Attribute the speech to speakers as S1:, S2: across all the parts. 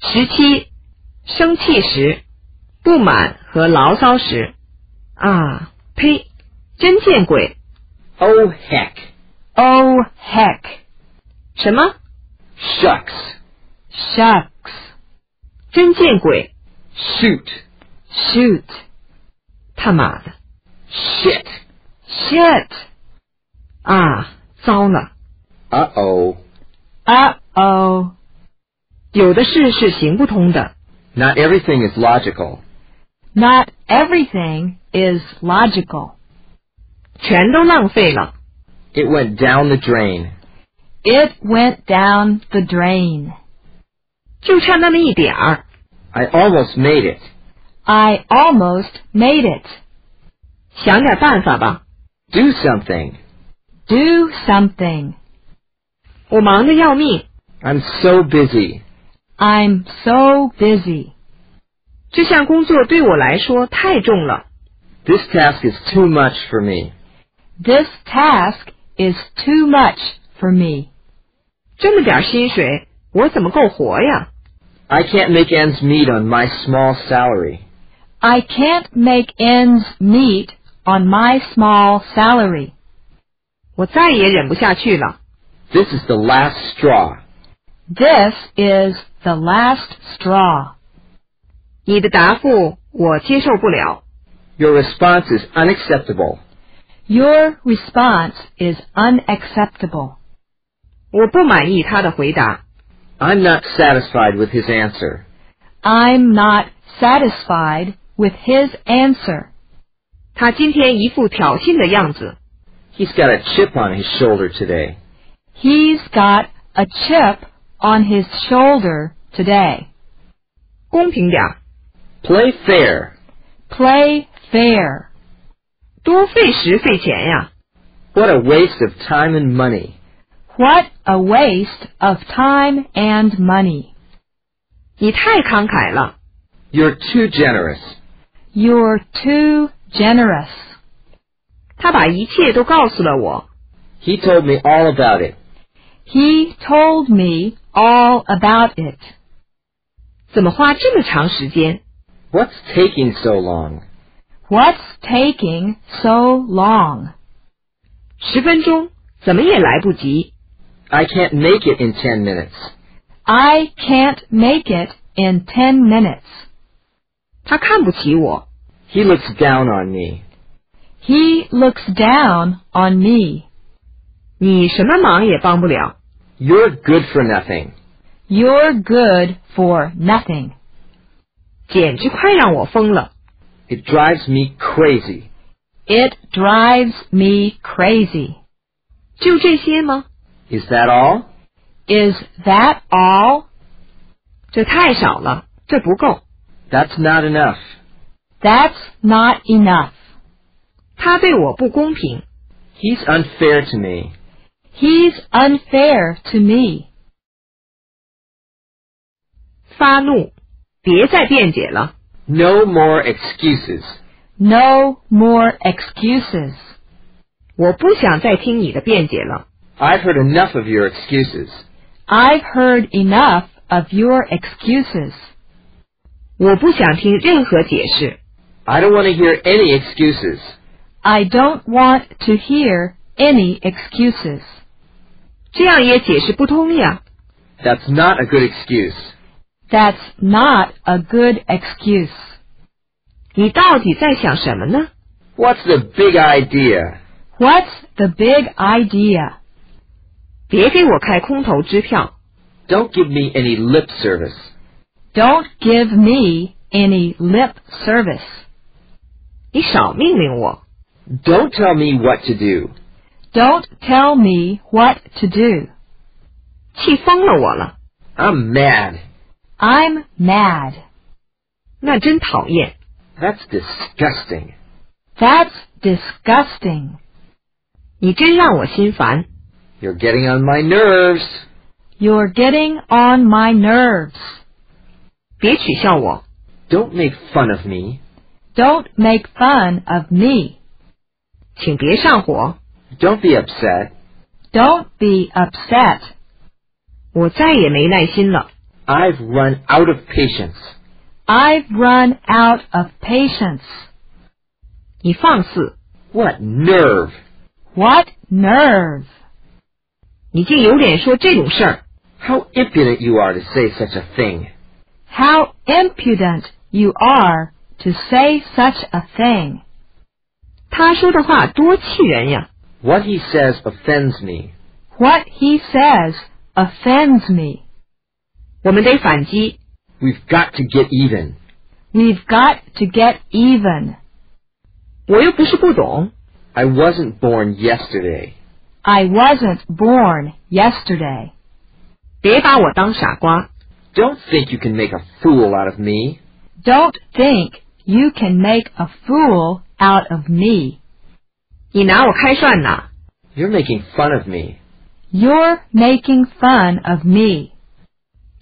S1: 十七，生气时，不满和牢骚时。啊，呸！真见鬼
S2: Oh, heck.
S1: ！Oh heck！什么
S2: Shucks.
S1: ？Shucks！真见鬼
S2: Shoot.
S1: ！Shoot！他妈的
S2: Shit.
S1: ！Shit！啊，糟了！
S2: Uh-oh.
S1: 啊哦，有的事是行不通的。
S2: Not everything is logical.
S1: Not everything is logical. 全都浪费了。
S2: It went down the drain.
S1: It went down the drain. 就差那么一点儿。
S2: I almost made it.
S1: I almost made it. 想点办法吧。
S2: Do something.
S1: Do something. 我忙得要命。
S2: I'm so busy.
S1: I'm so busy. 这项工作对我来说太重了。
S2: This task is too much for me.
S1: This task is too much for me. 这么点薪水，我怎么够活呀
S2: I can't make ends meet on my small salary.
S1: ？I can't make ends meet on my small salary. 我再也忍不下去了。
S2: This is the last straw.
S1: This is the last straw. 你的答复我接受不了。
S2: Your response is unacceptable.
S1: Your response is unacceptable. 我不满意他的回答。
S2: I'm not satisfied with his answer.
S1: I'm not satisfied with his answer. 他今天一副挑衅的样子。
S2: He's got a chip on his shoulder today.
S1: He's got a chip on his shoulder today. 公平点儿
S2: Play fair.
S1: ，play fair。多费时费钱呀。
S2: What a waste of time and money.
S1: What a waste of time and money. 你太慷慨了。
S2: You're too generous.
S1: You're too generous. 他把一切都告诉了我。
S2: He told me all about it.
S1: He told me all about it. 怎么花这么长时间
S2: What's taking so long?
S1: ？What's taking so long? 十分钟怎么也来不及。
S2: I can't make it in ten minutes.
S1: I can't make it in ten minutes. 他看不起我。
S2: He looks down on me.
S1: He looks down on me. 你什么忙也帮不了。
S2: You're good for nothing.
S1: You're good for nothing. 简直快让我疯了。
S2: It drives me crazy.
S1: It drives me crazy. 就这些吗
S2: Is that all?
S1: ？Is that all？这太少了，这不够。
S2: That's not enough.
S1: That's not enough. 他对我不公平。
S2: He's unfair to me.
S1: He's unfair to me. 发怒，别再辩解了。
S2: No more excuses.
S1: No more excuses. 我不想再听你的辩解了。
S2: I've heard enough of your excuses.
S1: I've heard enough of your excuses. 我不想听任何解释。
S2: I don't want to hear any excuses.
S1: I don't want to hear any excuses. 这样也解释不通呀。
S2: That's not a good excuse.
S1: That's not a good excuse. 你到底在想什么呢
S2: What's the big idea?
S1: ？What's the big idea？别给我开空头支票。
S2: Don't give me any lip service.
S1: Don't give me any lip service。你少命令我。
S2: Don't tell me what to do.
S1: Don't tell me what to do。气疯了我了。
S2: I'm mad.
S1: I'm mad。那真讨厌。
S2: That's disgusting.
S1: That's disgusting。你真让我心烦。
S2: You're getting on my nerves.
S1: You're getting on my nerves。别取笑我。
S2: Don't make fun of me.
S1: Don't make fun of me。请别上火。
S2: Don't be upset.
S1: Don't be upset。我再也没耐心了。
S3: I've run out of patience.
S1: I've run out of patience.
S4: 你放肆，
S3: What nerve!
S1: What nerve!
S4: 你竟有脸说这种事儿！
S3: How impudent you are to say such a thing.
S1: How impudent you are to say such a thing.
S4: 他说的话多气人呀！
S3: What he says offends me.
S1: What he says offends me.
S4: 我们得反击。
S3: We've got to get even.
S1: We've got to get even.
S4: 我又不是不懂，
S3: I wasn't born yesterday.
S1: I wasn't born yesterday.
S4: 别把我当傻瓜。
S3: Don't think you can make a fool out of me.
S1: Don't think you can make a fool out of me.
S4: 你拿我开涮呐！
S3: You're making fun of me.
S1: You're making fun of me.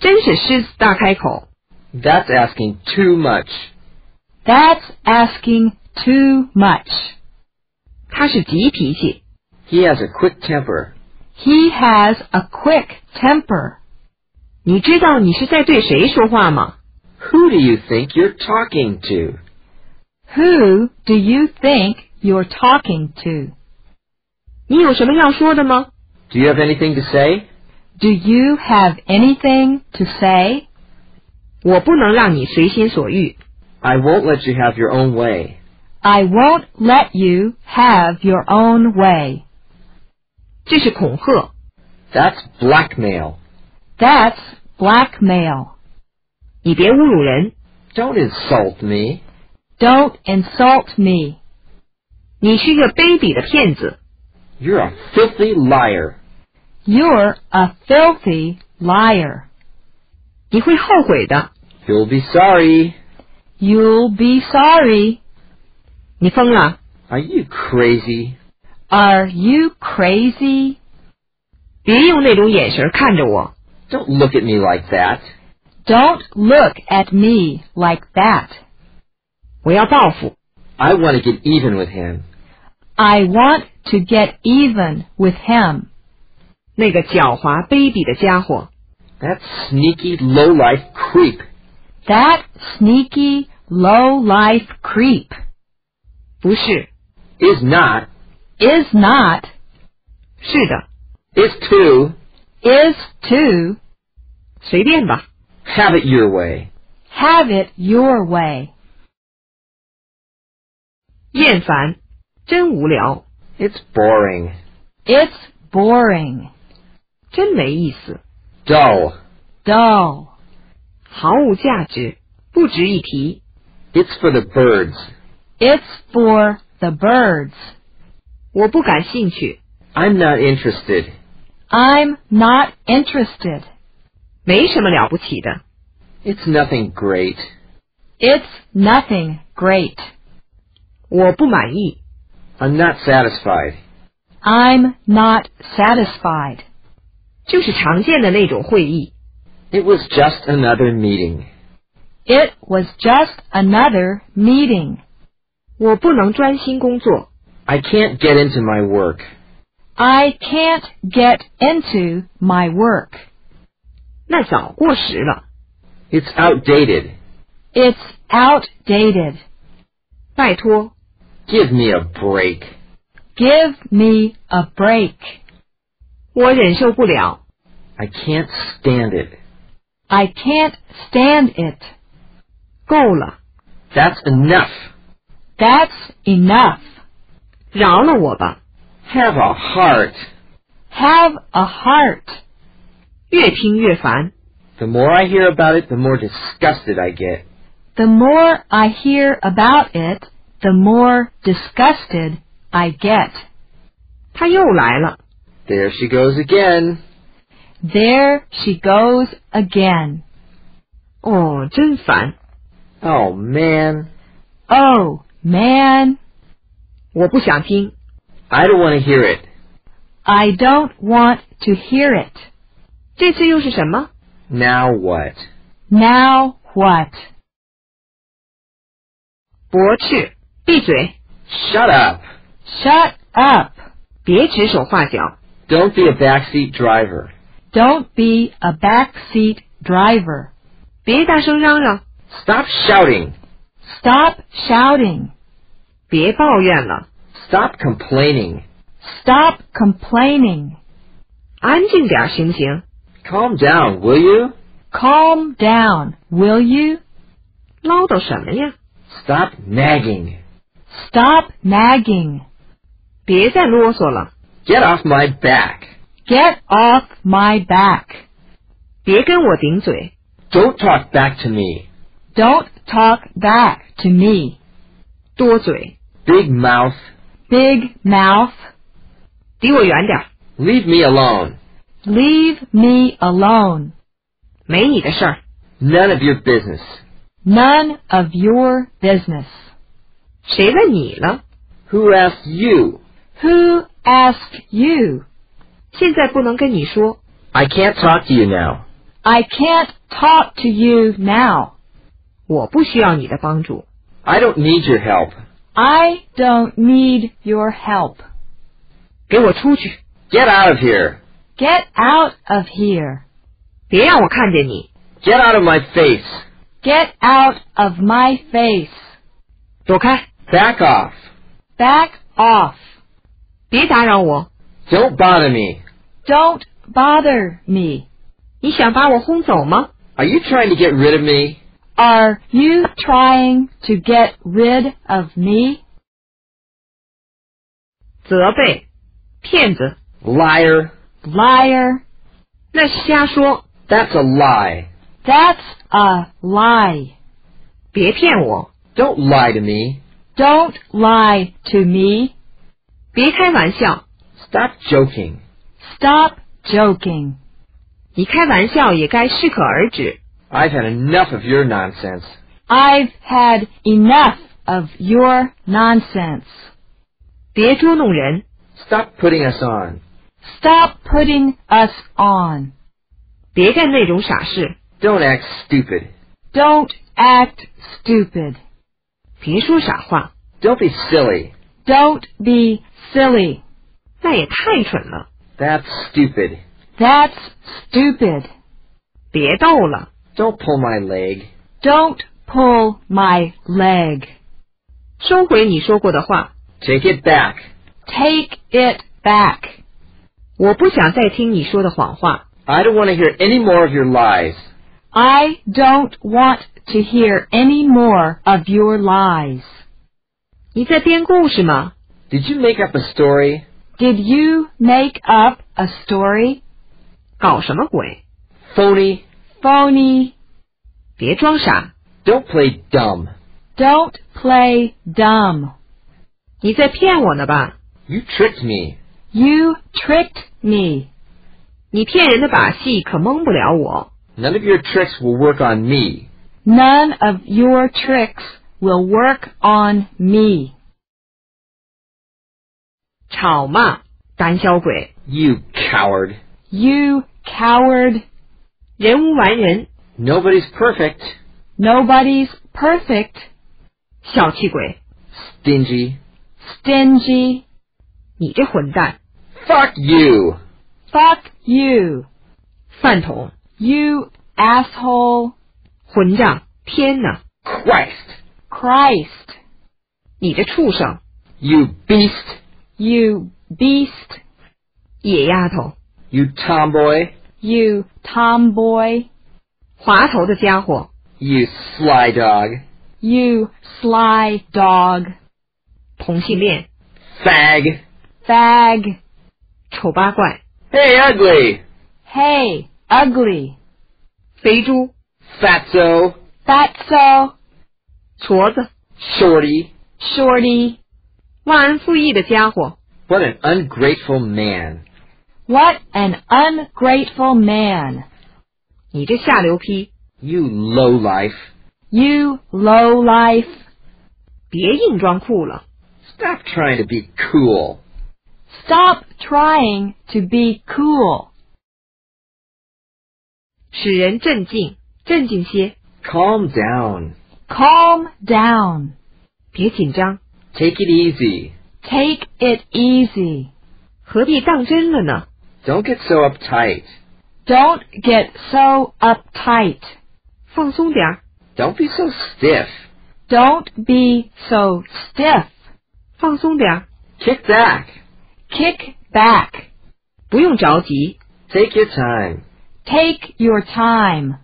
S4: 真是狮子大开口。
S3: That's asking too much.
S1: That's asking too much.
S4: 他是急脾气，
S3: He has a quick temper.
S1: He has a quick temper.
S4: 你知道你是在对谁说话吗？
S3: Who do you think you're talking to?
S1: Who do you think you're talking to?
S4: 你有什么要说的吗？
S3: Do you have anything to say?
S1: Do you have anything to say?
S4: 我不能让你随心所欲。
S3: I won't let you have your own way.
S1: I won't let you have your own way.
S4: 这是恐吓。
S3: That's blackmail.
S1: That's blackmail.
S4: 你别侮辱人，
S3: Don't insult me.
S1: Don't insult me.
S4: 你是一个卑鄙的骗子。
S3: You're a filthy liar.
S1: You're a filthy liar.
S4: 你会后悔的。
S3: You'll be sorry.
S1: You'll be sorry.
S4: 你疯了！
S3: Are you crazy?
S1: Are you crazy?
S4: 别用那种眼神看着我。
S3: Don't look at me like that.
S1: Don't look at me like that.
S4: 我要报复。
S3: I want to get even with him.
S1: I want to get even with him.
S4: 那个狡猾卑鄙的家伙，
S3: That sneaky lowlife creep.
S1: That sneaky, low-life creep
S4: 不是，
S3: Is not.
S1: is not,
S4: 是的，
S3: Is to.
S1: is to,
S4: 随便吧。
S3: Have it your way.
S1: have it your way.
S4: 厌烦，真无聊，
S3: It's boring.
S1: It's boring,
S4: 真没意思，
S3: Dull.
S1: dull,
S4: 毫无价值，不值一提。
S3: It's for the birds.
S1: it's for the birds.
S4: 我不感兴趣，
S3: I'm not interested.
S1: I'm not interested.
S4: 没什么了不起的。
S3: It's nothing great.
S1: It's nothing great.
S4: 我不满意，
S3: I'm not satisfied.
S1: I'm not satisfied.
S4: 就是常见的那种会议，
S3: It was just another meeting.
S1: It was just another meeting.
S4: 我不能专心工作。
S3: I can't get into my work.
S1: I can't get into my work.
S4: 那早过时了，
S3: It's outdated.
S1: It's outdated.
S4: 拜托，
S3: Give me a break.
S1: Give me a break.
S4: 我忍受不了。
S3: I can't stand it.
S1: I can't stand it.
S4: 够了，
S3: That's enough.
S1: That's enough.
S4: 饶了我吧，
S3: Have a heart.
S1: Have a heart.
S4: 越听越烦。
S3: The more I hear about it, the more disgusted I get.
S1: The more I hear about it, the more disgusted I get.
S4: 他又来了，
S3: There she goes again.
S1: There she goes again.
S4: 哦，真烦，
S3: Oh man.
S1: Oh, man.
S4: 我不想听。
S3: I don't want to hear it.
S1: I don't want to hear it.
S4: 这次又是什么？
S3: Now what?
S1: Now what?
S4: 驳斥，闭嘴，
S3: Shut up.
S1: Shut up.
S4: 别指手画脚。
S3: Don't be a backseat driver.
S1: Don't be a backseat driver.
S5: 别大声嚷嚷，
S2: Stop shouting.
S1: Stop shouting.
S5: 别抱怨了，
S2: Stop complaining.
S1: Stop complaining.
S5: 安静点儿行不行？
S2: Calm down, will you?
S1: Calm down, will you?
S5: 唠叨什么呀？
S2: Stop nagging.
S1: Stop nagging.
S5: 别再啰嗦了，
S2: Get off my back.
S1: Get off my back.
S5: 别跟我顶嘴，
S2: Don't talk back to me.
S1: Don't talk back to me.
S5: 多嘴，
S2: Big mouth.
S1: Big mouth.
S5: 离我远点儿，
S2: Leave me alone.
S1: Leave me alone.
S5: 没你的事儿，
S2: None of your business.
S1: None of your business.
S5: 谁问你了？
S2: Who asked you?
S1: Who asked you?
S5: 现在不能跟你说，
S2: I can't talk to you now.
S1: I can't talk to you now.
S5: 我不需要你的帮助，
S2: I don't need your help.
S1: I don't need your help.
S5: 给我出去，
S2: Get out of here.
S1: Get out of here.
S5: 别让我看见你，
S2: Get out of my face.
S1: Get out of my face.
S5: 躲开，
S2: Back off.
S1: Back off.
S5: 别打扰我，
S2: Don't bother me.
S1: Don't bother me.
S5: 你想把我轰走吗？
S2: Are you trying to get rid of me?
S1: Are you trying to get rid of me?
S5: 责备，骗子，
S2: Liar.
S1: Liar.
S5: 那是瞎说，
S2: That's a lie.
S1: That's a lie.
S5: 别骗我，
S2: Don't lie to me.
S1: Don't lie to me.
S5: 别开玩笑，
S2: Stop joking.
S1: Stop joking.
S5: 你开玩笑也该适可而止，
S2: I've had enough of your nonsense.
S1: I've had enough of your nonsense.
S5: 别捉弄人，
S2: Stop putting us on.
S1: Stop putting us on.
S5: 别干那种傻事，
S2: Don't act stupid.
S1: Don't act stupid.
S5: 别说傻话，
S2: Don't be silly.
S1: Don't be silly.
S5: 那也太蠢了，
S2: That's stupid.
S1: That's stupid.
S5: 别逗了，
S2: Don't pull my leg.
S1: Don't pull my leg.
S5: 收回你说过的话，
S2: Take it back.
S1: Take it back.
S5: 我不想再听你说的谎话，
S2: I don't want to hear any more of your lies.
S1: I don't want to hear any more of your lies.
S5: 你在编故事吗？
S2: Did you make up a story?
S1: Did you make up a story?
S5: 搞什么鬼？
S2: Phony.
S1: Phony.
S5: 别装傻，
S2: Don't play dumb.
S1: Don't play dumb.
S5: 你在骗我呢吧？
S2: You tricked me.
S1: You tricked me.
S5: 你骗人的把戏可蒙不了我，
S2: None of your tricks will work on me.
S1: None of your tricks will work on me.
S5: 吵嘛，胆小鬼，
S2: You coward.
S1: You coward.
S5: 人无完人，
S2: Nobody's perfect.
S1: Nobody's perfect.
S5: 小气鬼，
S2: Stingy.
S1: Stingy.
S5: 你这混蛋，
S2: Fuck you.
S1: Fuck you.
S5: 饭桶，
S1: You asshole.
S5: 混账，天哪，
S2: Christ.
S1: Christ.
S5: 你这畜生，
S2: You beast.
S1: You beast.
S5: 野丫头，
S2: You tomboy.
S1: You tomboy.
S5: 滑头的家伙，
S2: You sly dog.
S1: You sly dog.
S5: 同性恋，
S2: Fag.
S1: Fag.
S5: 丑八怪，
S2: Hey, ugly.
S1: Hey. Ugly.
S5: 肥猪，
S2: Fatso.
S1: Fatso.
S5: 矬子，
S2: Shorty.
S1: Shorty.
S5: 忘恩负义的家伙，
S2: What an ungrateful man.
S1: What an ungrateful man.
S5: 你这下流批，
S2: You lowlife.
S1: You low life.
S5: 别硬装酷了，
S2: Stop trying to be cool.
S1: Stop trying to be cool.
S5: 使人镇静，镇静些，
S2: Calm down.
S1: Calm down.
S5: 别紧张，
S2: Take it easy.
S1: Take it easy.
S5: 何必当真了呢？
S2: Don't get so uptight.
S1: Don't get so uptight.
S6: 放松点儿，
S2: Don't be so stiff.
S1: Don't be so stiff.
S6: 放松点儿，
S2: Kick back.
S1: Kick back.
S6: 不用着急，
S2: Take your time.
S1: Take your time.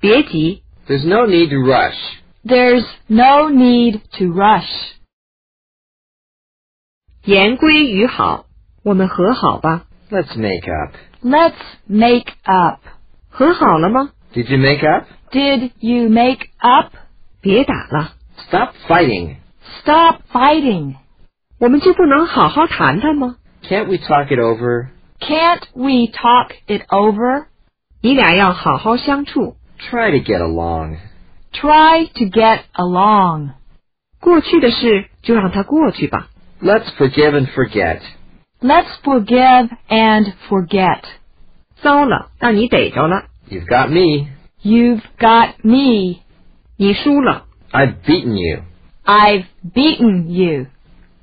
S6: 别急，
S2: There's no need to rush.
S1: There's no need to rush.
S6: 言归于好，我们和好吧。
S2: Let's make up.
S1: Let's make up.
S6: 和好了吗？
S2: Did you make up?
S1: Did you make up?
S6: 别打了，
S2: Stop fighting.
S1: Stop fighting.
S6: 我们就不能好好谈谈吗？
S2: Can't we talk it over?
S1: Can't we talk it over?
S6: 你俩要好好相处。
S2: Try to get along.
S1: Try to get along.
S6: 过去的事就让它过去吧。
S2: Let's forgive and forget.
S1: Let's forgive and forget.
S6: 糟了，让你逮着了，
S2: You've got me.
S1: You've got me.
S6: 你输了，
S2: I've beaten you.
S1: I've beaten you.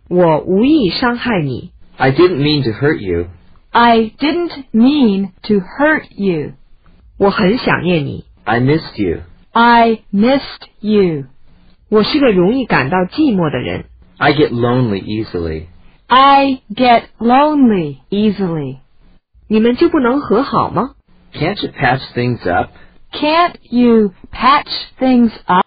S6: 我无意伤害你，
S2: I didn't mean to hurt you.
S1: I didn't mean to hurt you.
S6: 我很想念你，
S2: I missed you.
S1: I missed you.
S6: 我是个容易感到寂寞的人，
S2: I get lonely easily.
S1: I get lonely easily.
S6: 你们就不能和好吗？
S2: Can't you patch things up?
S1: Can't you patch things up?